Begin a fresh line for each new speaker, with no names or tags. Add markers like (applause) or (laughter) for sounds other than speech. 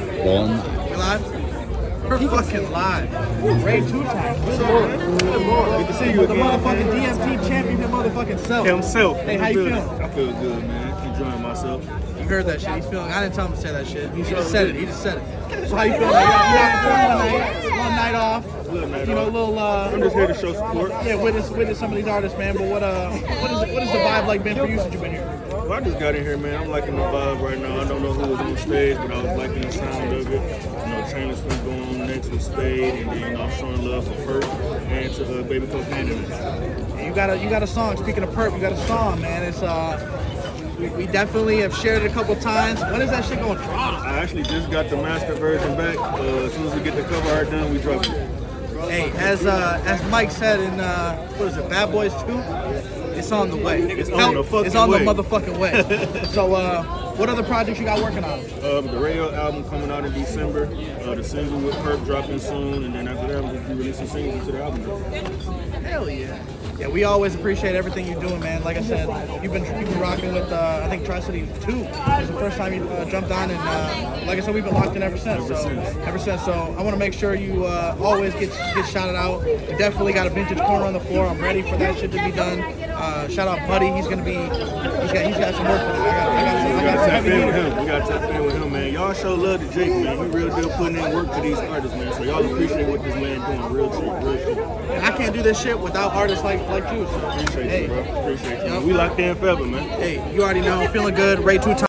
one.
We live? We're fucking live. Ray two times. Good lord. Good lord. Good to see you The motherfucking DMT champion, the motherfucking self.
himself.
Hey, how you feeling?
I feel good, man. Enjoying myself.
You heard that shit. He's feeling. I didn't tell him to say that shit. He just said it. He just said it. So how you feeling? You out for one night, one night off.
Little night
you know,
off.
little. Uh,
I'm just here to show support.
Yeah, witness witness some of these artists, man. But what uh, what is what is the vibe like been for you since you've been here?
Well, I just got in here, man. I'm liking the vibe right now. I don't know who was on stage, but I was liking the sound of it. You know, Chandler's been going on next with Spade, and then you know, I'm showing love to Perk and to uh, Baby Cocaine.
You got a you got a song. Speaking of perp, you got a song, man. It's uh. We, we definitely have shared it a couple times. When is that shit going to drop?
I actually just got the master version back. Uh, as soon as we get the cover art done, we drop it.
Hey, as uh, as Mike said in uh, what is it, Bad Boys Two? It's on the way.
It's on the fucking
It's on the
way.
motherfucking
(laughs)
way. so, uh, what other projects you got working on?
Um, the radio album coming out in December. Uh, the single with Perk dropping soon, and then after that, we'll be releasing singles into the album.
Hell yeah. Yeah, we always appreciate everything you're doing, man. Like I said, you've been you've been rocking with uh, I think Tri City Two. It's the first time you uh, jumped on, and uh, like I said, we've been locked in ever since.
Ever
so
since.
ever since, so I want to make sure you uh, always get get shouted out. You definitely got a vintage corner on the floor. I'm ready for that shit to be done. Uh, shout out Buddy. He's gonna be he's got he's got some work. For I got I got some,
We
I
gotta
got
tap
some
in
heavy
with
hitters.
him. We gotta tap in with him, man. Y'all show love to Jake, man. He real deal putting in work for these artists, man. So y'all appreciate what this man doing. Real shit, real shit.
And I can't do this shit without artists like like you. So,
Appreciate
hey,
you, bro. Appreciate you. We locked in forever, man.
hey, you already know. Feeling good. Ray two times.